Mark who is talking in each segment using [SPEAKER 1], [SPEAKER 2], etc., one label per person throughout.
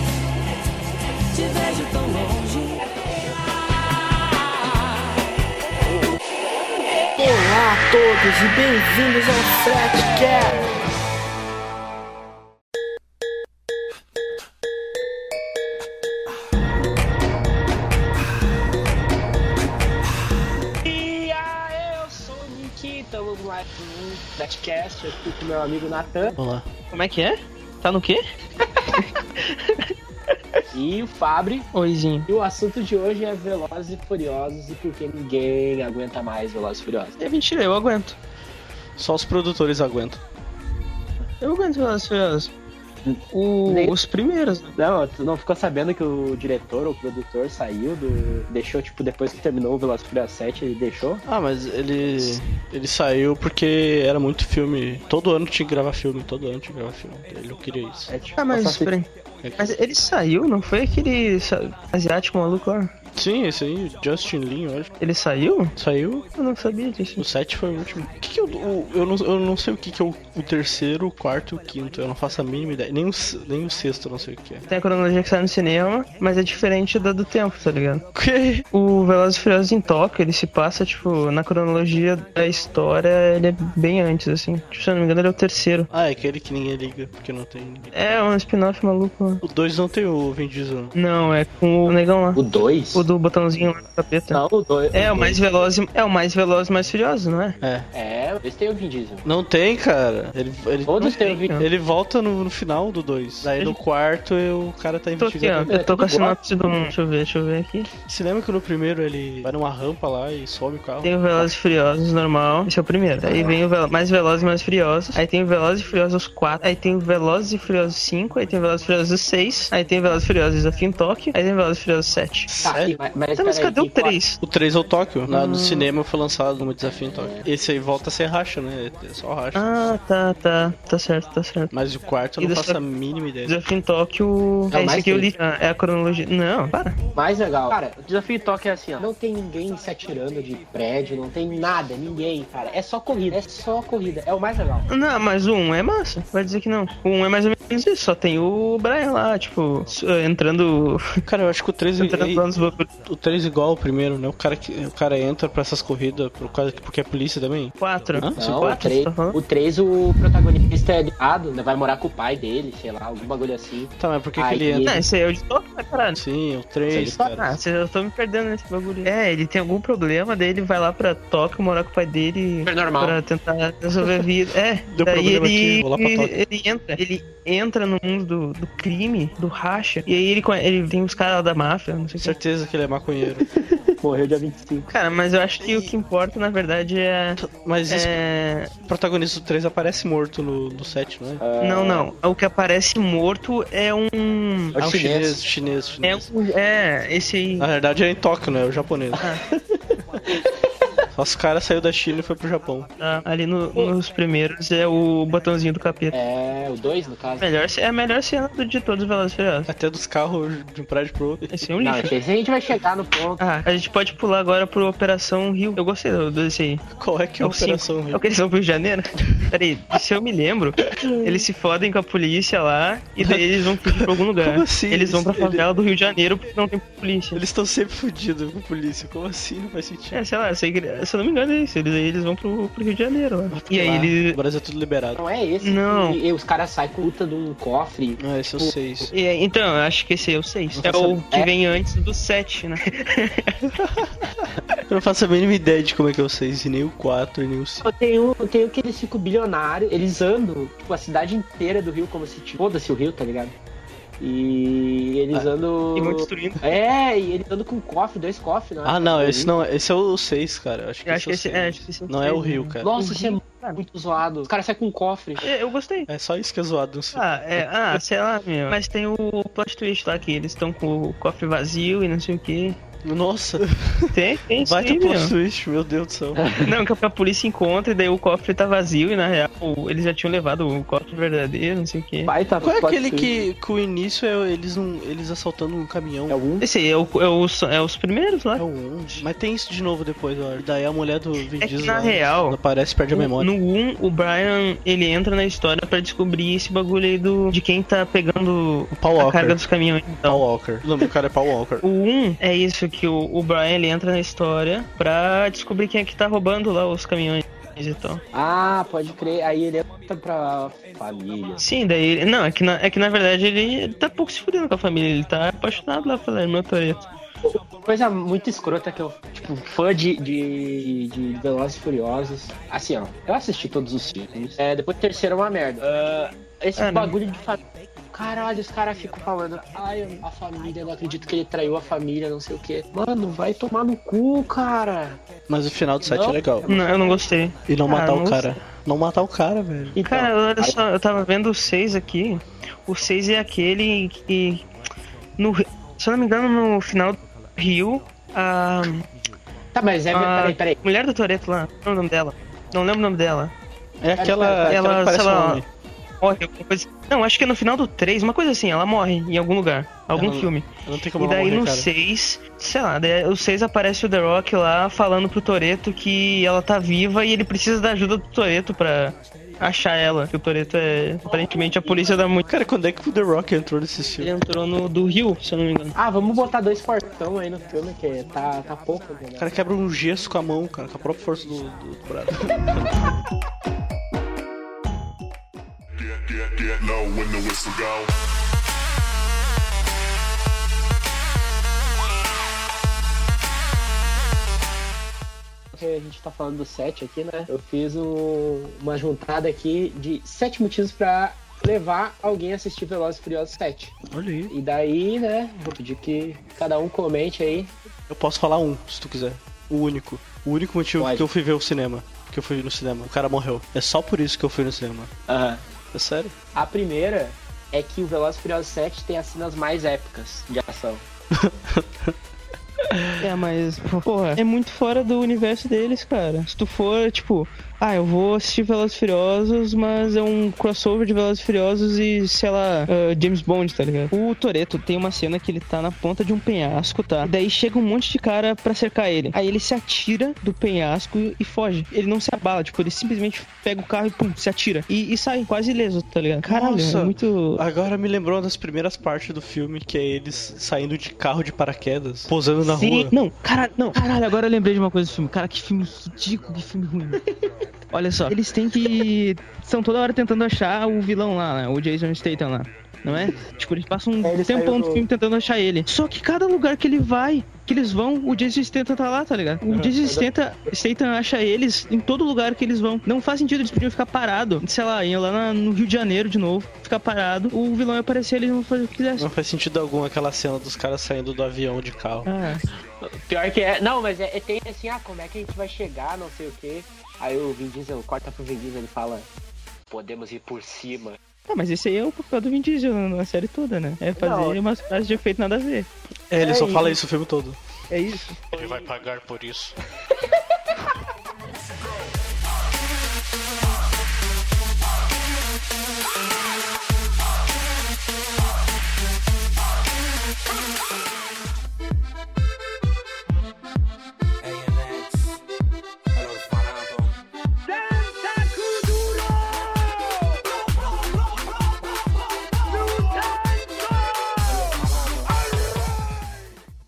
[SPEAKER 1] Baby, te vejo tão longe.
[SPEAKER 2] Olá a todos e bem-vindos ao Flatcast.
[SPEAKER 3] E aí, eu sou o Nick, tamo mais um podcast aqui com meu amigo Natan
[SPEAKER 2] Olá.
[SPEAKER 4] Como é que é? Tá no quê?
[SPEAKER 3] e o Fabri.
[SPEAKER 4] Oizinho.
[SPEAKER 3] E o assunto de hoje é Velozes e Furiosos e porque ninguém aguenta mais Velozes e Furiosos.
[SPEAKER 4] É mentira, eu aguento.
[SPEAKER 2] Só os produtores aguentam.
[SPEAKER 4] Eu aguento Velozes e Furiosos. O-
[SPEAKER 3] Nem-
[SPEAKER 4] Os primeiros. né?
[SPEAKER 3] Não, tu não ficou sabendo que o diretor ou o produtor saiu do... Deixou, tipo, depois que terminou o Velozes e Furiosos 7, ele deixou?
[SPEAKER 2] Ah, mas ele ele saiu porque era muito filme. Todo ano tinha que gravar filme, todo ano tinha que gravar filme. Ele não queria isso. É
[SPEAKER 3] É, tipo,
[SPEAKER 4] Ah, mas
[SPEAKER 3] só se-
[SPEAKER 4] peraí. Mas ele saiu, não foi aquele sa- asiático maluco lá?
[SPEAKER 2] Sim, esse aí, Justin Lin, eu acho.
[SPEAKER 4] Ele saiu?
[SPEAKER 2] Saiu,
[SPEAKER 4] Eu não sabia disso.
[SPEAKER 2] o 7 foi o último. O que que eu, o- eu, não, eu não sei o que, que é o, o terceiro, o quarto e o quinto. Eu não faço a mínima ideia. Nem o, s- nem o sexto, eu não sei o que é.
[SPEAKER 4] Tem a cronologia que sai no cinema, mas é diferente da do tempo, tá ligado?
[SPEAKER 2] Que?
[SPEAKER 4] O Velozes e Furiosos em Tóquio, ele se passa, tipo, na cronologia da história, ele é bem antes, assim. Tipo, se eu não me engano, ele é o terceiro.
[SPEAKER 2] Ah, é aquele que ninguém liga, porque não tem ninguém.
[SPEAKER 4] É um spin-off maluco lá.
[SPEAKER 2] O 2 não tem o Vin Diesel. né?
[SPEAKER 4] Não, é com o negão lá.
[SPEAKER 3] O 2?
[SPEAKER 4] O do botãozinho lá no capeta.
[SPEAKER 3] Não, o 2.
[SPEAKER 4] É, o mais veloz, e- é o mais veloz e mais furioso, não é?
[SPEAKER 2] É.
[SPEAKER 3] É, esse tem o Vin Diesel.
[SPEAKER 2] Não tem, cara. Ele, ele,
[SPEAKER 3] Todos têm o Vin
[SPEAKER 4] É.
[SPEAKER 2] ele volta no, no final do 2. Daí no quarto eu- o cara tá
[SPEAKER 4] Tô aqui,
[SPEAKER 2] investigando.
[SPEAKER 4] ó. Eu
[SPEAKER 3] É,
[SPEAKER 4] tô com a sinopse do mundo. Deixa eu ver, deixa eu ver aqui.
[SPEAKER 2] Se lembra que no primeiro ele vai numa rampa lá e sobe o carro?
[SPEAKER 4] Tem um o Velozes e Furiosos normal. Esse é o primeiro. Aí vem o Velo- mais Velozes e mais Furiosos. Aí tem o Velozes e Furiosos 4. Aí tem o Velozes e Furiosos 5. Aí tem o Velozes e Furiosos 6. Aí tem o Velozes e Furiosos Desafio em Tóquio. Aí tem o Velozes e Furiosos 7.
[SPEAKER 3] Tá, e-
[SPEAKER 2] Sério?
[SPEAKER 3] mas, mas
[SPEAKER 4] Tá, mas
[SPEAKER 3] peraí,
[SPEAKER 4] cadê o
[SPEAKER 3] e qual-
[SPEAKER 4] 3?
[SPEAKER 2] O 3 é o Tóquio. Lá
[SPEAKER 4] Ah.
[SPEAKER 2] no cinema foi lançado como desafio em Tóquio. Esse aí volta a ser racha, né? É só racha.
[SPEAKER 4] Ah, tá, tá. Tá certo, tá certo.
[SPEAKER 2] Mas o quarto eu
[SPEAKER 4] E
[SPEAKER 2] não
[SPEAKER 4] dessa-
[SPEAKER 2] faço a mínima ideia.
[SPEAKER 4] Desafio em Tóquio. É esse
[SPEAKER 3] mais
[SPEAKER 4] aqui eu
[SPEAKER 3] tem.
[SPEAKER 4] li. Ah, É a cronologia. Não, para.
[SPEAKER 3] Mais legal. Cara, o desafio de toque é assim, ó. Não tem ninguém se atirando de prédio, não tem nada, ninguém, cara. É só corrida, é só corrida. É o mais legal.
[SPEAKER 4] Não, mas o 1 é massa. Vai dizer que não. O 1 é mais ou menos isso. Só tem o Brian lá, tipo, s- eh, entrando.
[SPEAKER 2] Cara, eu acho que o 3
[SPEAKER 4] entrando lá nos bagulho.
[SPEAKER 2] o 3 igual o primeiro, né? O cara, que, o cara entra pra essas corridas por causa que porque é polícia também.
[SPEAKER 4] 4.
[SPEAKER 2] Hã?
[SPEAKER 4] Isso,
[SPEAKER 3] Não, o
[SPEAKER 4] 4 você
[SPEAKER 3] 3,
[SPEAKER 4] tá falando?
[SPEAKER 3] o três, o protagonista é ligado, vai morar com o pai dele, sei lá, algum bagulho assim.
[SPEAKER 2] Tá, mas por que, que
[SPEAKER 3] Ai,
[SPEAKER 2] ele entra?
[SPEAKER 4] Não, esse aí é o de Tóquio, né, caralho?
[SPEAKER 2] Sim, é o 3,
[SPEAKER 3] Isso aí
[SPEAKER 2] cara.
[SPEAKER 4] Ah, vocês- eu tô me perdendo nesse bagulho. É, ele tem algum problema, daí ele vai lá pra Tóquio morar com o pai dele
[SPEAKER 3] É normal.
[SPEAKER 4] pra tentar resolver a vida. É,
[SPEAKER 2] Deu
[SPEAKER 4] daí ele,
[SPEAKER 2] problema aqui, vou lá pra Tóquio.
[SPEAKER 4] ele entra. Ele entra no mundo do, do crime, do racha. E aí ele, conhe- ele tem os caras lá da máfia, não sei o que.
[SPEAKER 2] Certeza que ele é maconheiro.
[SPEAKER 3] Morreu dia 25.
[SPEAKER 4] Cara, mas eu acho que o que importa, na verdade, é.
[SPEAKER 2] Mas isso
[SPEAKER 4] é...
[SPEAKER 2] O protagonista do 3 aparece morto no, no 7, não
[SPEAKER 3] Ah,
[SPEAKER 2] é?
[SPEAKER 4] Não, não. O que aparece morto é um.
[SPEAKER 3] É o
[SPEAKER 2] o
[SPEAKER 3] chinês.
[SPEAKER 2] chinês,
[SPEAKER 4] É,
[SPEAKER 2] chinês, chinês.
[SPEAKER 4] um, Ah. é esse aí.
[SPEAKER 2] Na verdade é em Tóquio, né? O japonês. Nosso cara saiu da China e foi pro Japão.
[SPEAKER 4] tá? Ali no- nos primeiros é o botãozinho do capeta.
[SPEAKER 3] É, o 2, no caso.
[SPEAKER 4] Melhor, ce- é a melhor cena do, de todos os Velozes e Furiosos.
[SPEAKER 2] Até dos carros de um prédio pro outro.
[SPEAKER 4] Esse é um
[SPEAKER 3] Não,
[SPEAKER 4] lixo.
[SPEAKER 3] gente, esse a gente vai chegar no ponto.
[SPEAKER 4] Ah, a gente pode pular agora pro Operação Rio. Eu gostei do- desse aí.
[SPEAKER 2] Qual é que é
[SPEAKER 4] É
[SPEAKER 2] a
[SPEAKER 4] o cinco.
[SPEAKER 2] operação?
[SPEAKER 4] É o que eles vão pro Rio de Janeiro? Peraí, se eu me lembro, eles se fodem com a polícia lá e daí eles vão fugir pra algum lugar.
[SPEAKER 2] Como assim?
[SPEAKER 4] Eles vão pra
[SPEAKER 2] Eles-
[SPEAKER 4] favela do Rio de Janeiro porque não tem polícia.
[SPEAKER 2] Eles estão sempre fodidos com polícia. Como assim? Não faz sentido.
[SPEAKER 4] É, sei lá, sei que- se eu não me engano é isso. Eles, aí eles vão pro, pro Rio de Janeiro lá.
[SPEAKER 2] Porque
[SPEAKER 4] E aí
[SPEAKER 2] lá,
[SPEAKER 4] eles.
[SPEAKER 2] O Brasil é tudo liberado.
[SPEAKER 3] Não é esse.
[SPEAKER 4] Não.
[SPEAKER 3] E, e os caras saem com luta de um cofre.
[SPEAKER 2] Ah, esse é o 6.
[SPEAKER 4] e aí- então, eu acho que esse é o 6. É o que vem antes do 7, né?
[SPEAKER 2] Eu não faço a mínima ideia de como é que é o 6, e nem o 4, e nem o 5.
[SPEAKER 3] Eu tenho, eu tenho que eles ficam bilionários, eles andam, tipo, a cidade inteira do Rio, como se tipo, foda-se o Rio, tá ligado? E eles andam.
[SPEAKER 4] E vão destruindo.
[SPEAKER 3] É, e ele andando com um cofre, dois cofres, né?
[SPEAKER 2] Ah, não, esse não, é- esse é o 6, cara. Eu acho que
[SPEAKER 4] Eu acho que
[SPEAKER 2] esse é o
[SPEAKER 4] esse,
[SPEAKER 2] seis.
[SPEAKER 4] é, acho que né? esse
[SPEAKER 2] Não é o Rio, cara.
[SPEAKER 3] Nossa, isso é
[SPEAKER 4] Cara.
[SPEAKER 3] muito zoado. Os caras saem com um cofre.
[SPEAKER 4] É, Eu gostei.
[SPEAKER 2] É só isso que é zoado no 5.
[SPEAKER 4] Ah, é, ah, sei lá, meu. Mas tem o plot twist lá que eles estão com o cofre vazio e não sei o que.
[SPEAKER 2] Nossa,
[SPEAKER 4] Tem, tem
[SPEAKER 2] vai
[SPEAKER 4] sim,
[SPEAKER 2] ter plot
[SPEAKER 4] meu.
[SPEAKER 2] twist, meu Deus do céu.
[SPEAKER 4] Não, que a polícia encontra e daí o cofre tá vazio e na real eles já tinham levado o cofre verdadeiro, não sei o quê.
[SPEAKER 3] Vai, tá
[SPEAKER 2] Qual é aquele que, que o início é eles, um, eles assaltando um caminhão?
[SPEAKER 3] É um?
[SPEAKER 4] Esse aí é, o, é, os, é os primeiros lá.
[SPEAKER 2] É o 11. Mas tem isso de novo depois, ó. E Daí a mulher do Vin
[SPEAKER 4] É que
[SPEAKER 2] Diesel
[SPEAKER 4] na
[SPEAKER 2] ela-
[SPEAKER 4] real,
[SPEAKER 2] ela aparece e perde a né? memória.
[SPEAKER 4] No 1, o Brian, ele entra na história pra descobrir esse bagulho aí do, de quem tá pegando
[SPEAKER 2] O Paul
[SPEAKER 4] a
[SPEAKER 2] Walker.
[SPEAKER 4] carga dos caminhões.
[SPEAKER 2] É Paul
[SPEAKER 4] Então,
[SPEAKER 2] Walker. O nome do cara é Paul Walker.
[SPEAKER 4] o 1 é isso, que o, o Brian, ele entra na história pra descobrir quem é que tá roubando lá os caminhões e tal.
[SPEAKER 3] Ah, pode crer. Aí ele entra pra família.
[SPEAKER 4] Sim, daí ele... Não, é que na, é que na verdade ele, ele tá pouco se fudendo com a família, ele tá apaixonado lá pela irmã Toreto.
[SPEAKER 3] Coisa muito escrota que eu, tipo, fã de, de, de Velozes e Furiosos. Assim, ó, eu assisti todos os filmes. É, depois o terceiro é uma merda. Ah, esse
[SPEAKER 4] É, né?
[SPEAKER 3] bagulho de família. Caralho, os caras ficam falando, ai, a família, eu não acredito que ele traiu a família, não sei o quê. Mano, vai tomar no cu, cara.
[SPEAKER 2] Mas o final do set
[SPEAKER 3] Não?
[SPEAKER 2] é legal.
[SPEAKER 4] Não, eu não gostei.
[SPEAKER 2] E não
[SPEAKER 4] Ah,
[SPEAKER 2] matar o
[SPEAKER 4] não
[SPEAKER 2] cara. Não matar o cara, velho.
[SPEAKER 3] Então,
[SPEAKER 4] Cara, olha só, eu tava vendo o 6 aqui. O 6 é aquele que. No, Ri- se eu não me engano, no final do Rio, a.
[SPEAKER 3] tá, mas é.
[SPEAKER 4] a
[SPEAKER 3] Peraí, peraí.
[SPEAKER 4] mulher do Toreto lá, não lembro o nome dela. Não lembro o nome dela.
[SPEAKER 2] É aquela,
[SPEAKER 4] Ela-
[SPEAKER 2] aquela que parece
[SPEAKER 4] sei lá,
[SPEAKER 2] um homem.
[SPEAKER 4] Morre, alguma coisa. Não, acho que é no final do 3, uma coisa assim, ela morre em algum lugar, algum
[SPEAKER 2] Ela-
[SPEAKER 4] filme.
[SPEAKER 2] Não tem como
[SPEAKER 4] E daí
[SPEAKER 2] morrer,
[SPEAKER 4] no
[SPEAKER 2] cara.
[SPEAKER 4] 6, sei lá, daí o 6 aparece o The Rock lá falando pro Toreto que ela tá viva e ele precisa da ajuda do Toreto pra achar ela. Que o Toreto é aparentemente a polícia da mulher.
[SPEAKER 2] Cara, quando é que o The Rock entrou nesse
[SPEAKER 4] Ele
[SPEAKER 2] filme?
[SPEAKER 4] entrou no do Rio, se eu não me engano.
[SPEAKER 3] Ah, vamos botar dois fortão aí no filme, que tá, tá pouco,
[SPEAKER 2] O
[SPEAKER 3] entendeu?
[SPEAKER 2] cara quebra um gesso com a mão, cara, com a própria força do, do, do braço.
[SPEAKER 5] Get, get, get low when the whistle go.
[SPEAKER 3] Porque a gente tá falando do 7 aqui, né? Eu fiz um- uma juntada aqui de sete motivos pra levar alguém a assistir Velozes e Furiosos 7.
[SPEAKER 2] Olha aí.
[SPEAKER 3] E daí, né, vou pedir que cada um comente aí.
[SPEAKER 2] Eu posso falar um, se tu quiser. O único. O único motivo
[SPEAKER 3] Pode.
[SPEAKER 2] que eu fui ver o cinema. Que eu fui no cinema. O cara morreu. É só por isso que eu fui no cinema. É sério?
[SPEAKER 3] A primeira é que o Velozes e Furiosos 7 tem as cenas mais épicas de ação.
[SPEAKER 4] É, mas, porra, é muito fora do universo deles, cara. Se tu for, tipo, ah, eu vou assistir Velozes e Furiosos, mas é um crossover de Velozes e Furiosos e, sei lá, ah, James Bond, tá ligado? O Toreto tem uma cena que ele tá na ponta de um penhasco, tá? Daí chega um monte de cara pra cercar ele. Aí ele se atira do penhasco e foge. Ele não se abala, tipo, ele simplesmente pega o carro e pum, se atira. E, e sai quase ileso, tá ligado? Caralho,
[SPEAKER 2] Nossa.
[SPEAKER 4] é muito...
[SPEAKER 2] Agora me lembrou uma das primeiras partes do filme, que é eles saindo de carro de paraquedas, posando na
[SPEAKER 4] Sim,
[SPEAKER 2] rua.
[SPEAKER 4] não, caralho, não, caralho, agora eu lembrei de uma coisa do filme. Cara, que filme ridículo, que filme ruim. Olha só, eles têm que. Estão toda hora tentando achar o vilão lá, né? O Jason Statham lá. Não é? Tipo, eles passam um
[SPEAKER 3] É, ele
[SPEAKER 4] tempão
[SPEAKER 3] saiu
[SPEAKER 4] do
[SPEAKER 3] do-
[SPEAKER 4] filme tentando achar ele. Só que cada lugar que ele vai, que eles vão, o Jason Statham tá lá, tá ligado?
[SPEAKER 3] Uhum.
[SPEAKER 4] O Jason Statham, Statham acha eles em todo lugar que eles vão. Não faz sentido, eles podiam ficar parado. Sei lá, iam lá na- no Rio de Janeiro de novo, ficar parado. O vilão ia aparecer, eles vão fazer o que quisessem.
[SPEAKER 2] Não faz sentido algum aquela cena dos caras saindo do avião de carro.
[SPEAKER 4] Ah,
[SPEAKER 3] Pior que é. Não, mas é, é- tem assim, ah, como é que a gente vai chegar, não sei o quê. Aí o Vin Diesel corta pro Vin Diesel e fala: Podemos ir por cima.
[SPEAKER 4] Ah, mas esse aí é o papel do Vin Diesel na na série toda, né? É fazer
[SPEAKER 3] Não.
[SPEAKER 4] umas frases de efeito nada a ver.
[SPEAKER 2] É, ele
[SPEAKER 3] É
[SPEAKER 2] só
[SPEAKER 3] isso.
[SPEAKER 2] fala isso o filme todo.
[SPEAKER 4] É isso.
[SPEAKER 2] Ele vai pagar por isso.
[SPEAKER 6] AMX, Valor Parado.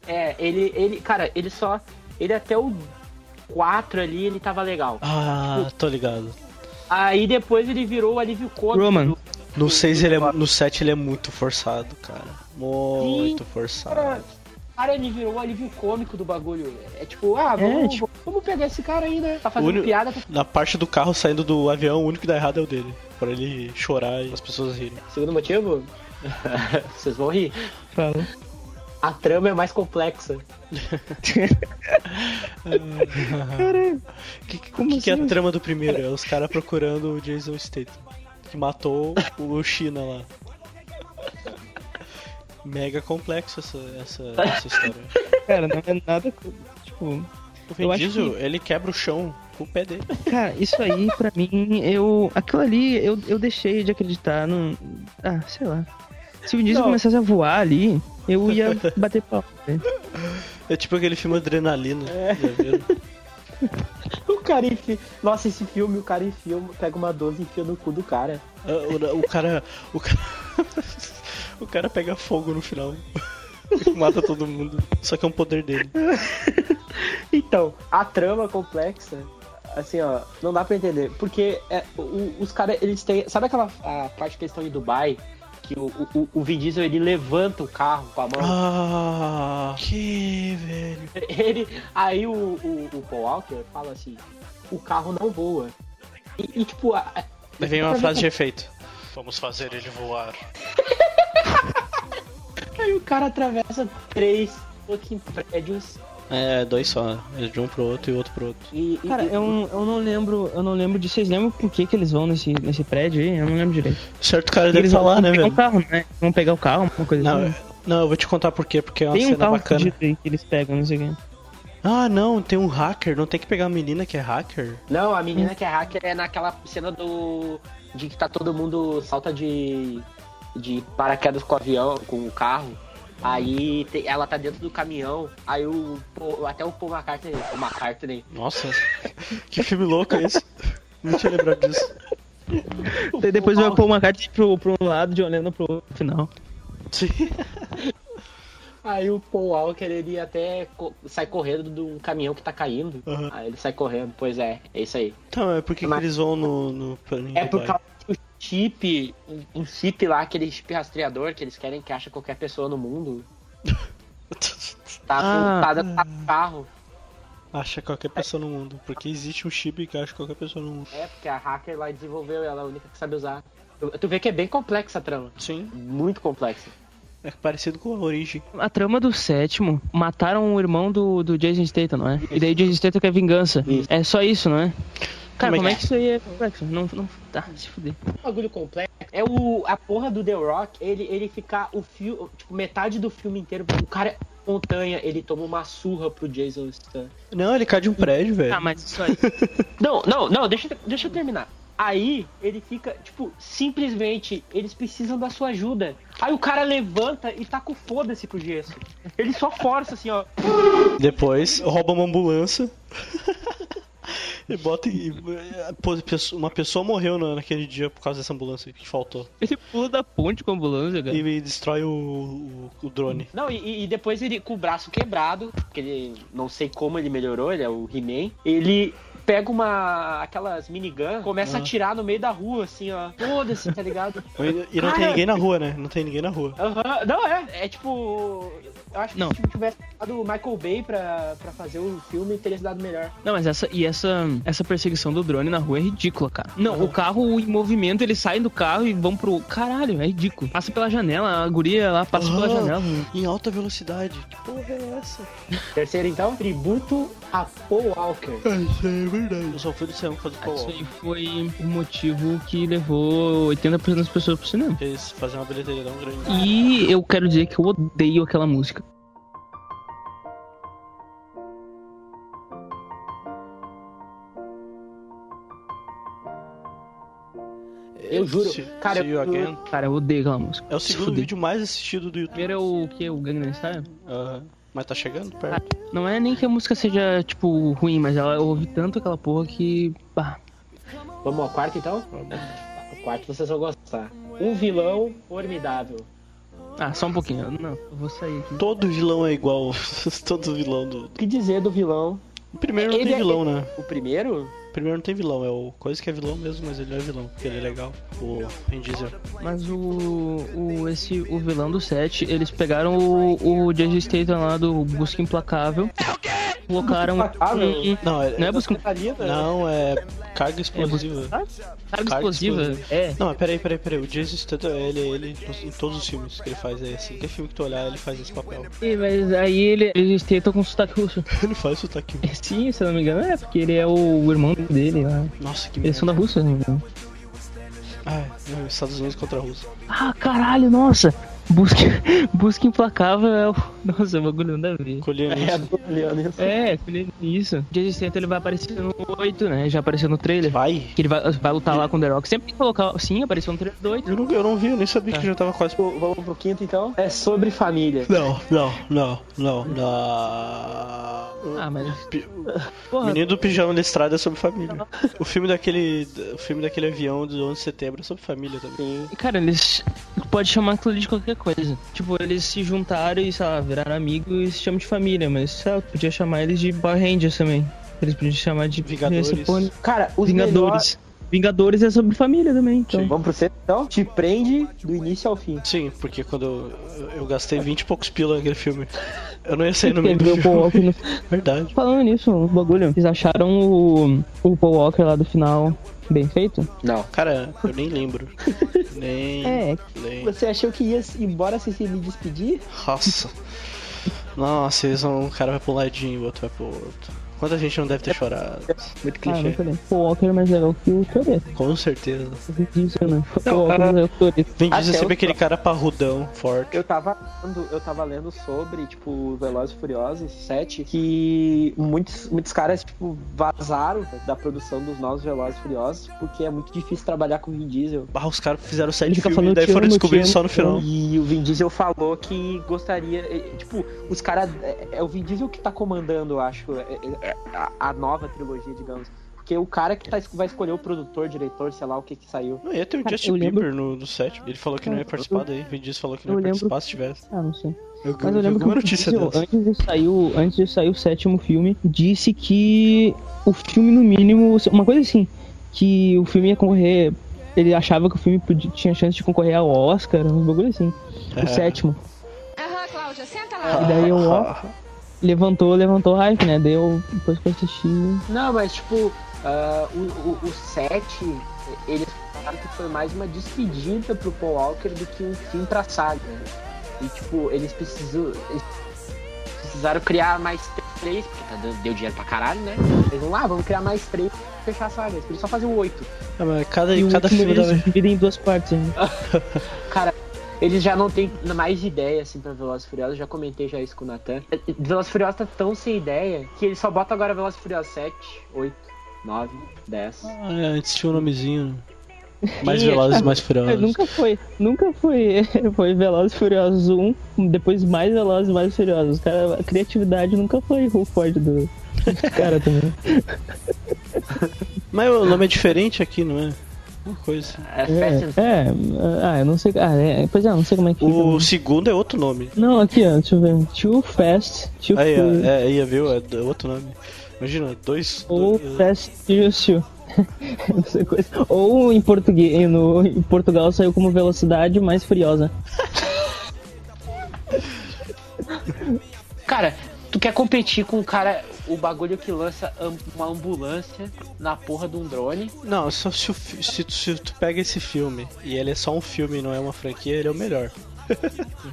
[SPEAKER 3] É, ele, ele, cara, ele só. Ele até o 4 ali, ele tava legal.
[SPEAKER 2] Ah, tô ligado.
[SPEAKER 3] Aí depois ele virou o alívio cômico.
[SPEAKER 4] Roman.
[SPEAKER 3] do-
[SPEAKER 2] No 6 ele é. No 7 ele é muito forçado, cara. Muito forçado.
[SPEAKER 3] Cara, cara, ele virou o alívio cômico do bagulho. É tipo, ah, vamos,
[SPEAKER 4] tipo-
[SPEAKER 3] vamos pegar esse cara aí, né? Tá fazendo
[SPEAKER 2] Uni-
[SPEAKER 3] piada. com-
[SPEAKER 2] Na parte do carro saindo do avião, o único que dá errado é o dele. Pra ele chorar e as pessoas rirem.
[SPEAKER 3] Segundo motivo? Vocês vão rir.
[SPEAKER 4] Fala.
[SPEAKER 3] A trama é mais complexa.
[SPEAKER 2] Que, que, que que é a trama do primeiro? É os caras procurando o Jason Statham, que matou o China lá. Mega complexo essa, essa, essa história.
[SPEAKER 4] Cara, não é nada. co- Tipo,
[SPEAKER 2] O Vin
[SPEAKER 4] Eu acho
[SPEAKER 2] Diesel, ele quebra o chão com o pé dele.
[SPEAKER 4] cara, isso aí pra mim, eu. Aquilo ali, eu, eu deixei de acreditar. Não... Ah, sei lá. Se o Vin Diesel
[SPEAKER 3] Não.
[SPEAKER 4] começasse a voar ali, eu ia bater pau. né? velho.
[SPEAKER 2] É tipo aquele filme Adrenalina.
[SPEAKER 3] É.
[SPEAKER 2] já viram?
[SPEAKER 3] O cara enfia. Nossa, esse filme, o cara enfia, pega uma 12 e enfia no cu do cara.
[SPEAKER 2] Ah, O, o cara. O cara. o cara pega fogo no final. Mata todo mundo. Só que é um poder dele.
[SPEAKER 3] Então, a trama complexa, assim, ó, não dá pra entender. Porque é, o- os caras, eles têm. Sabe aquela a parte que eles estão em Dubai? Que o, o, o Vin Diesel ele levanta o carro com a mão.
[SPEAKER 2] Ah. Que velho.
[SPEAKER 3] Ele, aí o, o, o Paul Walker fala assim: o carro não voa. E, e, tipo, a- a-
[SPEAKER 2] Daí vem uma frase de efeito. Vamos fazer ele voar.
[SPEAKER 3] aí o cara atravessa três fucking prédios
[SPEAKER 2] É, dois só. né? De um pro outro e outro pro outro.
[SPEAKER 3] e. e-
[SPEAKER 4] Cara,
[SPEAKER 3] e-
[SPEAKER 4] eu, eu não lembro, eu não lembro disso. Vocês lembram por que, que eles vão nesse, nesse prédio aí? Eu não lembro direito.
[SPEAKER 2] Certo cara deve falar, né,
[SPEAKER 4] pegar
[SPEAKER 2] velho?
[SPEAKER 4] um carro, né? Vão pegar o carro, uma coisa
[SPEAKER 2] Não,
[SPEAKER 4] assim.
[SPEAKER 2] eu- não, eu vou te contar por quê, porque é uma
[SPEAKER 4] Tem um
[SPEAKER 2] cena
[SPEAKER 4] carro
[SPEAKER 2] bacana.
[SPEAKER 4] fudido aí que eles pegam, não sei o quê.
[SPEAKER 2] Ah, não, tem um hacker, não tem que pegar a menina que é hacker?
[SPEAKER 3] Não, a menina que é hacker é naquela cena do. de que tá todo mundo salta de. de paraquedas com o avião, com o carro. Aí te- ela tá dentro do caminhão, aí o. Paul- até o Paul McCartney. O McCartney.
[SPEAKER 2] Nossa, que filme louco é esse? Não tinha lembrado disso.
[SPEAKER 4] Daí depois vai pôr uma carta pro, pro um lado, de olhando pro outro final.
[SPEAKER 2] Sim.
[SPEAKER 3] Aí o Paul Walker ele até co- sai correndo de um caminhão que tá caindo.
[SPEAKER 2] Aham.
[SPEAKER 3] Aí ele sai correndo, pois é, é isso aí.
[SPEAKER 2] Tá, mas por que, que
[SPEAKER 3] Mas-
[SPEAKER 2] eles vão no. no em
[SPEAKER 3] É por
[SPEAKER 2] Dubai?
[SPEAKER 3] causa do chip, um- um chip lá, aquele chip rastreador que eles querem que acha qualquer pessoa no mundo. Tá
[SPEAKER 4] Ah.
[SPEAKER 3] apontada no carro.
[SPEAKER 2] Acha qualquer pessoa no mundo. Porque existe um chip que acha qualquer pessoa no mundo.
[SPEAKER 3] É, porque a hacker lá desenvolveu, ela é a única que sabe usar. Tu- Tu vê que é bem complexa a trama.
[SPEAKER 2] Sim,
[SPEAKER 3] Muito complexa.
[SPEAKER 2] é parecido com a origem.
[SPEAKER 4] A trama do sétimo, mataram o irmão do, do Jason Statham, não é? E daí o Jason Statham quer vingança.
[SPEAKER 3] Isso.
[SPEAKER 4] É só isso, não é? Cara,
[SPEAKER 2] Como é
[SPEAKER 4] como é
[SPEAKER 2] que-
[SPEAKER 4] que isso aí é complexo? Não, não, tá, se fuder.
[SPEAKER 3] O Um bagulho complexo é o, a porra do The Rock, ele, ele ficar o fio, tipo, metade do filme inteiro. O cara é montanha, ele toma uma surra pro Jason Statham.
[SPEAKER 2] Não, ele cai de um prédio, velho.
[SPEAKER 4] Tá, mas isso aí.
[SPEAKER 3] Não, não, não, deixa, deixa eu terminar. Aí ele fica, tipo, simplesmente, eles precisam da sua ajuda. Aí o cara levanta e taca o foda-se pro gesso. Ele só força assim, ó.
[SPEAKER 2] Depois rouba uma ambulância. E bota e, e- pô, Uma pessoa morreu na- naquele dia por causa dessa ambulância que faltou.
[SPEAKER 4] Ele pula da ponte com a ambulância,
[SPEAKER 2] E,
[SPEAKER 4] cara.
[SPEAKER 2] e destrói o, o, o drone.
[SPEAKER 3] Não, e, e depois ele, com o braço quebrado, porque ele não sei como ele melhorou, ele é o He-Man, ele pega uma. aquelas minigun, começa a atirar no meio da rua, assim, ó. Foda-se, tá ligado?
[SPEAKER 2] E, e não tem
[SPEAKER 3] Cara-
[SPEAKER 2] ninguém na rua, né? Não tem ninguém na rua.
[SPEAKER 3] Aham, Não, é. É tipo. Eu acho que
[SPEAKER 4] Não.
[SPEAKER 3] se tipo, tivesse dado o Michael Bay pra, pra fazer o filme, teria se dado melhor.
[SPEAKER 4] Não, mas essa e essa essa perseguição do drone na rua é ridícula, cara. Não, o carro em movimento, eles saem do carro e vão pro caralho, é ridículo. Passa pela janela, a guria lá passa pela
[SPEAKER 2] Aham.
[SPEAKER 4] janela.
[SPEAKER 2] Em alta velocidade. Que porra é essa?
[SPEAKER 3] Terceiro, então, tributo a Paul Walker.
[SPEAKER 2] Isso é verdade. Eu só fui do cinema fazer
[SPEAKER 4] Isso
[SPEAKER 2] co-op.
[SPEAKER 4] aí foi o motivo que levou 80% das pessoas pro cinema.
[SPEAKER 2] Eles fazem uma bilheteria tão grande.
[SPEAKER 4] E eu quero dizer que eu odeio aquela música.
[SPEAKER 3] Eu juro.
[SPEAKER 2] See-
[SPEAKER 3] cara,
[SPEAKER 2] see you
[SPEAKER 3] eu,
[SPEAKER 2] again.
[SPEAKER 4] Cara, eu odeio aquela música.
[SPEAKER 2] É o
[SPEAKER 4] Se
[SPEAKER 2] segundo
[SPEAKER 4] fuder.
[SPEAKER 2] vídeo mais assistido do YouTube.
[SPEAKER 4] Primeiro é o que? O Gangnam Style?
[SPEAKER 2] Aham. Mas tá chegando perto.
[SPEAKER 4] Não é nem que a música seja, tipo, ruim, mas ela, eu ouvi tanto aquela porra que. Bah.
[SPEAKER 3] Vamos ao quarto, então? O quarto vocês vão gostar. Um vilão formidável.
[SPEAKER 4] Ah, só um pouquinho. Não, eu vou sair aqui.
[SPEAKER 2] Todo vilão é igual. Todo vilão do.
[SPEAKER 3] O que dizer do vilão?
[SPEAKER 2] O primeiro não
[SPEAKER 3] Ele
[SPEAKER 2] tem
[SPEAKER 3] é-
[SPEAKER 2] vilão, né?
[SPEAKER 3] O primeiro?
[SPEAKER 2] O primeiro não tem vilão, é o coisa que é vilão mesmo, mas ele é vilão, porque ele é legal. O Vin Diesel.
[SPEAKER 4] Mas o. o esse, o vilão do set, eles pegaram o, o Jason Statham lá do Busca Implacável. Colocaram.
[SPEAKER 3] Implacável?
[SPEAKER 4] um-
[SPEAKER 2] Não, é.
[SPEAKER 4] Não é busca.
[SPEAKER 3] tá
[SPEAKER 2] Não, é carga explosiva.
[SPEAKER 4] Carga explosiva. É.
[SPEAKER 2] Não, mas peraí, peraí, peraí. O Jason Statham, ele, ele, em todos os filmes que ele faz, é assim. Que filme que tu olhar, ele faz esse papel.
[SPEAKER 4] Sim, Mas aí ele, ele tenta com sotaque russo. É,
[SPEAKER 2] Ele faz o sotaque.
[SPEAKER 4] Sim, se eu não me engano, é porque ele é o irmão dele lá.
[SPEAKER 2] Nossa, que
[SPEAKER 4] Eles
[SPEAKER 2] merda.
[SPEAKER 4] são da Rússia, se eu não me engano.
[SPEAKER 2] Ah, é, Estados Unidos contra a Rússia.
[SPEAKER 4] Ah, caralho, nossa! Busca, busca implacável é o. Nossa, o bagulho não dá a ver.
[SPEAKER 3] É,
[SPEAKER 2] Colhendo.
[SPEAKER 3] do Leonel.
[SPEAKER 4] É, filho, isso. Jason Statham ele vai aparecer no 8, né? Já apareceu no trailer.
[SPEAKER 2] Vai.
[SPEAKER 4] Que ele vai, vai lutar lá com o The Rock. Sempre tem que colocar. Sim, apareceu no trailer do 8.
[SPEAKER 2] Eu não, eu não vi, eu nem sabia
[SPEAKER 4] Tá.
[SPEAKER 2] que já tava quase.
[SPEAKER 3] Vamos pro quinto então. É sobre família.
[SPEAKER 2] Não, não, não, não, não.
[SPEAKER 4] Ah, mas.
[SPEAKER 2] Pi-
[SPEAKER 4] Porra,
[SPEAKER 2] Menino do pijama na estrada é sobre família. O filme daquele, o filme daquele avião do 11 de setembro é sobre família também.
[SPEAKER 3] Sim.
[SPEAKER 4] cara, eles. Pode chamar aquilo de qualquer coisa. Tipo, eles se juntaram e, sei lá, viraram amigos e se chamam de família. Mas, sei lá, podia chamar eles de Power Rangers também. Eles podiam chamar de.
[SPEAKER 2] Vingadores.
[SPEAKER 4] Essa porra-
[SPEAKER 3] Cara, os melhores-
[SPEAKER 4] Vingadores. Vingadores é sobre família também, então.
[SPEAKER 3] Vamos pro sexto então? Te prende do início ao fim.
[SPEAKER 2] Sim, porque quando eu, eu gastei 20 e poucos pila naquele filme, eu não ia sair no meio do
[SPEAKER 4] Teve o Paul
[SPEAKER 2] filme.
[SPEAKER 4] Walker no
[SPEAKER 2] Verdade.
[SPEAKER 4] Falando nisso, o bagulho, vocês acharam o, o Paul Walker lá do final bem feito?
[SPEAKER 3] Não.
[SPEAKER 2] Cara, eu nem lembro. Nem.
[SPEAKER 4] É.
[SPEAKER 2] nem.
[SPEAKER 3] Você achou que ia embora sem se me despedir?
[SPEAKER 2] Nossa. Nossa, eles vão, um cara vai pro ladinho e o outro vai pro outro. Quanta gente não deve ter chorado. Muito
[SPEAKER 4] Ah, eu não
[SPEAKER 2] clichê.
[SPEAKER 4] falei. Paul Walker é mais legal que o Toreto.
[SPEAKER 2] Com certeza.
[SPEAKER 4] Isso, né? Paul Walker é mais legal que o Toreto.
[SPEAKER 2] Vin Diesel é
[SPEAKER 3] Até
[SPEAKER 2] sempre
[SPEAKER 3] o-
[SPEAKER 2] aquele cara parrudão, forte.
[SPEAKER 3] Eu tava lendo, eu tava lendo sobre, tipo, Velozes e Furiosos 7, que muitos, muitos caras, tipo, vazaram da produção dos novos Velozes e Furiosos, porque é muito difícil trabalhar com o Vin Diesel.
[SPEAKER 2] Ah, os caras fizeram sete
[SPEAKER 4] Ele fica
[SPEAKER 2] filmes e
[SPEAKER 4] falando,
[SPEAKER 2] daí
[SPEAKER 4] "Te
[SPEAKER 2] foram
[SPEAKER 4] amo, te
[SPEAKER 2] descobrir
[SPEAKER 4] amo,
[SPEAKER 2] só no
[SPEAKER 4] te
[SPEAKER 2] final.
[SPEAKER 3] E o Vin Diesel falou que gostaria. eh, Tipo, os caras. É, é o Vin Diesel que tá comandando, eu acho, eh, eh, a, a nova trilogia, digamos. Porque o cara que tá, es- vai escolher o produtor, diretor, sei lá o que que saiu.
[SPEAKER 2] Não, ia ter o
[SPEAKER 4] Cara,
[SPEAKER 2] Justin
[SPEAKER 4] eu lembro-
[SPEAKER 2] Bieber no, no set. Ele falou que não ia
[SPEAKER 4] Cara,
[SPEAKER 2] participar daí. Vin Diesel falou que não
[SPEAKER 4] eu
[SPEAKER 2] ia
[SPEAKER 4] lembro-
[SPEAKER 2] participar se tivesse.
[SPEAKER 4] Ah, não sei.
[SPEAKER 2] Eu,
[SPEAKER 4] Mas eu
[SPEAKER 2] vi
[SPEAKER 4] lembro que
[SPEAKER 2] alguma
[SPEAKER 4] o
[SPEAKER 2] notícia
[SPEAKER 4] Vin Diesel,
[SPEAKER 2] dessa.
[SPEAKER 4] antes de, sair o, antes de sair o sétimo filme, disse que o filme, no mínimo, uma coisa assim, que o filme ia concorrer. Ele achava que o filme podia- tinha chance de concorrer ao Oscar, um bagulho assim.
[SPEAKER 2] É.
[SPEAKER 4] O sétimo.
[SPEAKER 7] Aham, Cláudia, senta lá.
[SPEAKER 4] E daí o
[SPEAKER 2] Ah,
[SPEAKER 4] ó, levantou, levantou o hype, né? Deu, depois que eu assisti,
[SPEAKER 3] Não, mas tipo, ah, o, o, o 7, eles falaram que foi mais uma despedida pro Paul Walker do que um fim pra saga. E tipo, eles precisam. eles precisaram criar mais três, porque tá dando- deu dinheiro pra caralho, né? Eles vão lá, vamos criar mais três pra fechar a saga. Eles precisam só fazer o 8.
[SPEAKER 2] Ah, mas cada,
[SPEAKER 4] E o
[SPEAKER 2] cada
[SPEAKER 4] último
[SPEAKER 2] filme Ah, da...
[SPEAKER 4] eles dividem em duas partes, né?
[SPEAKER 3] Cara, eles já não têm mais ideia, assim, pra Velozes e Furiosos. Eu Já comentei já isso com o Natan. Velozes e Furiosos tá tão sem ideia que eles só botam agora Velozes e Furiosos 7, 8, 9, 10.
[SPEAKER 2] Ah, é, antes tinha um nomezinho. Mais
[SPEAKER 3] Ih,
[SPEAKER 2] velozes, mais
[SPEAKER 4] É,
[SPEAKER 2] furiosos.
[SPEAKER 4] nunca foi, nunca foi, foi Velozes e Furiosos 1, depois mais Velozes e mais Furiosos. Cara, a criatividade nunca foi o forte do dos cara também.
[SPEAKER 2] Mas o nome é diferente aqui, não é? Uma coisa.
[SPEAKER 3] É, Fast and
[SPEAKER 4] É, é, ah, eu não sei, ah, é, pois é, eu não sei como é que fica.
[SPEAKER 2] O
[SPEAKER 4] né?
[SPEAKER 2] segundo é outro nome.
[SPEAKER 4] Não, aqui, ó, deixa eu ver, Too Fast, Too
[SPEAKER 2] Aí, ó,
[SPEAKER 4] Furious,
[SPEAKER 2] é, aí, viu? É do- é outro nome. Imagina, dois.
[SPEAKER 4] ou
[SPEAKER 2] dois-
[SPEAKER 4] Fast Furious 2. Não sei coisa. Ou em, português, no, em Portugal saiu como Velocidade Mais Furiosa.
[SPEAKER 3] Cara, tu quer competir com o cara, o bagulho que lança am- uma ambulância na porra de um drone?
[SPEAKER 2] eh, Não, só se, o fi- se, tu- se tu pega esse filme e ele é só um filme e não é uma franquia, ele é o melhor.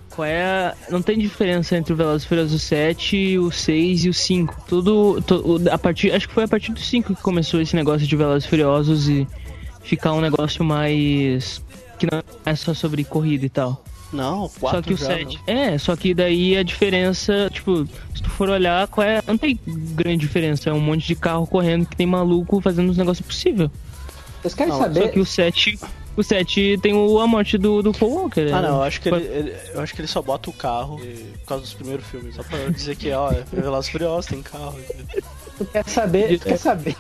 [SPEAKER 4] Qual é a... Não tem diferença entre o Velozes e Furiosos 7, o 6 e o 5. Tudo... to- a partir, acho que foi a partir do 5 que começou esse negócio de Velozes e Furiosos e ficar um negócio mais... Que não é só sobre corrida e tal.
[SPEAKER 2] Não,
[SPEAKER 4] Só
[SPEAKER 2] quatro
[SPEAKER 4] que o
[SPEAKER 2] já,
[SPEAKER 4] 7... É, só que daí a diferença... Tipo, se tu for olhar, qual é... Não tem grande diferença. É um monte de carro correndo que tem maluco fazendo os negócios possíveis.
[SPEAKER 3] Vocês querem
[SPEAKER 2] Não,
[SPEAKER 4] Só
[SPEAKER 3] saber?
[SPEAKER 4] que o 7... O 7 tem o, a morte do, do Paul Walker.
[SPEAKER 2] Ah,
[SPEAKER 4] né?
[SPEAKER 2] não, eu acho que ele, ele- eu acho que ele só bota o carro eh, por causa dos primeiros filmes. Só pra eu dizer que, ó, é Velozes e Furiosos, tem carro.
[SPEAKER 3] Tu quer saber? Tu quer saber?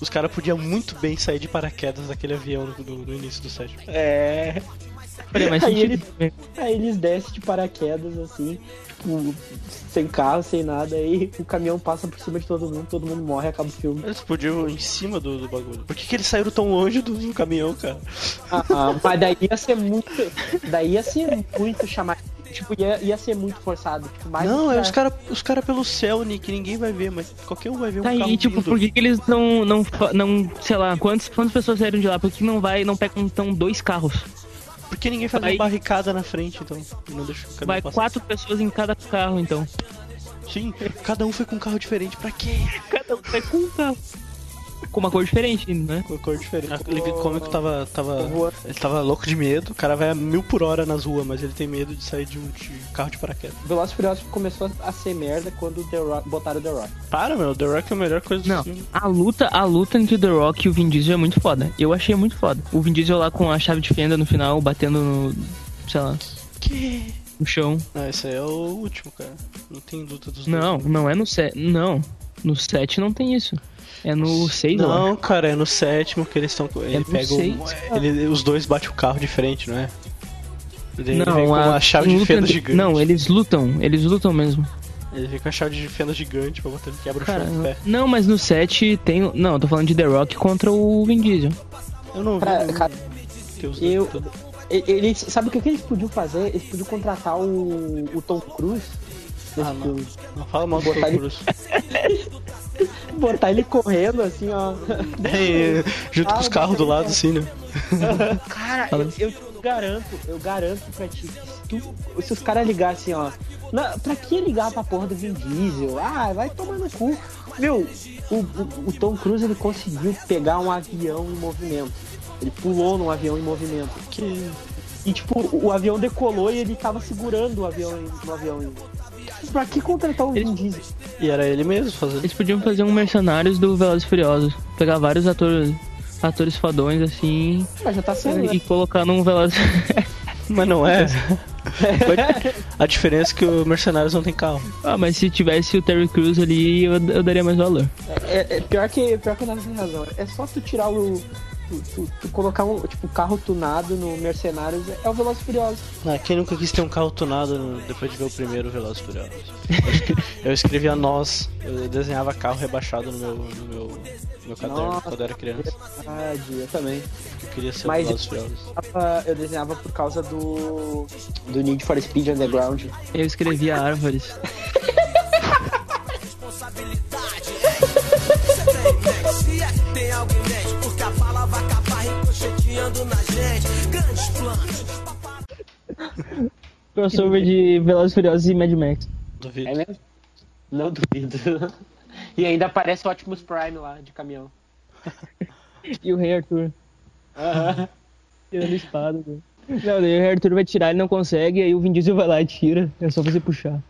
[SPEAKER 2] Os caras podiam muito bem sair de paraquedas daquele avião no, do- no início do set.
[SPEAKER 3] É.
[SPEAKER 4] Faria mais
[SPEAKER 3] Aí
[SPEAKER 4] sentido. tá
[SPEAKER 3] Aí eles descem de paraquedas assim, tipo, sem carro, sem nada, aí o caminhão passa por cima de todo mundo, todo mundo morre, acaba o filme.
[SPEAKER 2] Eles podiam ir em cima do, do bagulho. Por que, que eles saíram tão longe do, do caminhão, cara?
[SPEAKER 3] Ah, mas daí ia ser muito. Daí ia ser muito chamar. Tipo, ia, ia ser muito forçado. Tipo, mais
[SPEAKER 2] não,
[SPEAKER 3] do que
[SPEAKER 2] é
[SPEAKER 3] já-
[SPEAKER 2] os caras os cara pelo céu, Nick, ninguém vai ver, mas qualquer um vai ver
[SPEAKER 4] Tá
[SPEAKER 2] um carro
[SPEAKER 4] aí, tipo,
[SPEAKER 2] vindo.
[SPEAKER 4] por que, que eles não, não, fa- não, sei lá, quantas, quantas pessoas saíram de lá? Por que não vai, não pegam então dois carros?
[SPEAKER 2] Por que ninguém faz
[SPEAKER 4] Aí-
[SPEAKER 2] uma barricada na frente, então? E Não deixa o caminhão
[SPEAKER 4] Vai
[SPEAKER 2] passar.
[SPEAKER 4] quatro pessoas em cada carro, então.
[SPEAKER 2] Sim, cada um foi com um carro diferente, pra quê?
[SPEAKER 4] Cada um vai com um carro. com uma cor diferente, né?
[SPEAKER 2] Com cor diferente. Ah, Ele como é que tava, tava. Ele tava louco de medo. O cara vai a mil por hora nas ruas, mas ele tem medo de sair de um de carro de paraquedas.
[SPEAKER 3] Velozes e Furiosos começou a ser merda quando o The Rock, botaram o The Rock.
[SPEAKER 2] Para, meu, The Rock é a melhor coisa do
[SPEAKER 4] Não,
[SPEAKER 2] filme.
[SPEAKER 4] a luta, a luta entre o The Rock e o Vin Diesel é muito foda. Eu achei muito foda. O Vin Diesel lá com a chave de fenda no final, batendo no, sei lá,
[SPEAKER 2] Que?
[SPEAKER 4] no chão.
[SPEAKER 2] Não, esse aí é o último, cara. Não tem luta dos
[SPEAKER 4] Não,
[SPEAKER 2] dois.
[SPEAKER 4] não é no 7. Não. No 7 não tem isso. É no 6
[SPEAKER 2] Não, cara, é no sétimo que eles estão. Ele
[SPEAKER 4] É no
[SPEAKER 2] pega o,
[SPEAKER 4] seis,
[SPEAKER 2] ele, Os dois batem o carro de frente, não é? Ele, ele
[SPEAKER 4] Não,
[SPEAKER 2] vem com
[SPEAKER 4] a-
[SPEAKER 2] uma chave de
[SPEAKER 4] luta
[SPEAKER 2] fenda
[SPEAKER 4] entre-
[SPEAKER 2] gigante.
[SPEAKER 4] Não, eles lutam, eles lutam mesmo.
[SPEAKER 2] Ele vem com a chave de fenda gigante pra botar ele quebra o
[SPEAKER 4] Cara,
[SPEAKER 2] chão do pé.
[SPEAKER 4] não, mas no 7 tem. Não, eu tô falando de The Rock contra o Vin Diesel.
[SPEAKER 2] Eu não vi.
[SPEAKER 3] Cara,
[SPEAKER 2] não
[SPEAKER 3] cara,
[SPEAKER 2] vi os dois
[SPEAKER 3] eu-
[SPEAKER 2] lutando.
[SPEAKER 3] E- Eles, sabe o que, que eles podiam fazer? Eles podiam contratar o, o Tom Cruise tipo, nesse
[SPEAKER 2] Ah, não.
[SPEAKER 3] filme.
[SPEAKER 2] Não fala mal do
[SPEAKER 3] Botar
[SPEAKER 2] Tom
[SPEAKER 3] ele-
[SPEAKER 2] Cruise.
[SPEAKER 3] Botar ele correndo assim, ó.
[SPEAKER 2] É, junto com os
[SPEAKER 3] Ah,
[SPEAKER 2] carros do
[SPEAKER 3] botar ele-
[SPEAKER 2] lado, assim, né?
[SPEAKER 3] Cara, eu, eu garanto, eu garanto pra ti. que Se, tu- se os caras ligassem, ó. Na, pra que ligar pra porra do Vin Diesel? Ah, vai tomar no cu. Meu, o, o- o Tom Cruise ele conseguiu pegar um avião em movimento. Ele pulou num avião em movimento.
[SPEAKER 2] Que.
[SPEAKER 3] E tipo, o, o avião decolou e ele tava segurando o avião em- no avião ainda. Pra que contratar o Vin Diesel?
[SPEAKER 2] E era ele mesmo fazendo.
[SPEAKER 4] Eles podiam fazer um Mercenários do Velozes e Furiosos. Pegar vários atores, atores fodões assim
[SPEAKER 3] Mas já tá sendo,
[SPEAKER 4] e
[SPEAKER 3] né?
[SPEAKER 4] colocar num Velozes.
[SPEAKER 2] Mas não é. A diferença é que o Mercenários não tem carro.
[SPEAKER 4] ah, mas se tivesse o Terry Crews ali, eu, eu daria mais valor.
[SPEAKER 3] É, é pior que pior que o Nando tem razão. É só tu tirar o. Tu, tu- tu colocar um tipo carro tunado no Mercenários é o Veloz Furioso.
[SPEAKER 2] Ah, quem nunca quis ter um carro tunado no- depois de ver o primeiro Veloz e Furiosos? Eu escre- Eu escrevia nós, eu desenhava carro rebaixado no meu, no meu, no meu caderno
[SPEAKER 3] Nossa.
[SPEAKER 2] quando eu era criança.
[SPEAKER 3] Verdade, eu Ah, é, também.
[SPEAKER 2] Eu queria ser
[SPEAKER 3] Mas-
[SPEAKER 2] o Veloz e Furiosos.
[SPEAKER 3] Ah, Eu desenhava por causa do. do Need for Speed Underground.
[SPEAKER 4] Eu escrevia árvores.
[SPEAKER 6] Tem alguém mente, porque a palavra acaba ricocheteando na gente. Grandes planos.
[SPEAKER 4] Crossover de Velozes e Furiosos e Mad Max.
[SPEAKER 2] Duvido.
[SPEAKER 3] É mesmo? Não duvido. E ainda aparece o Optimus Prime lá de caminhão.
[SPEAKER 4] E o Rei Arthur. Tirando né? espada, velho. Não, daí o Rei Arthur vai tirar, ele não consegue, aí o Vin Diesel vai lá e tira. É só você puxar.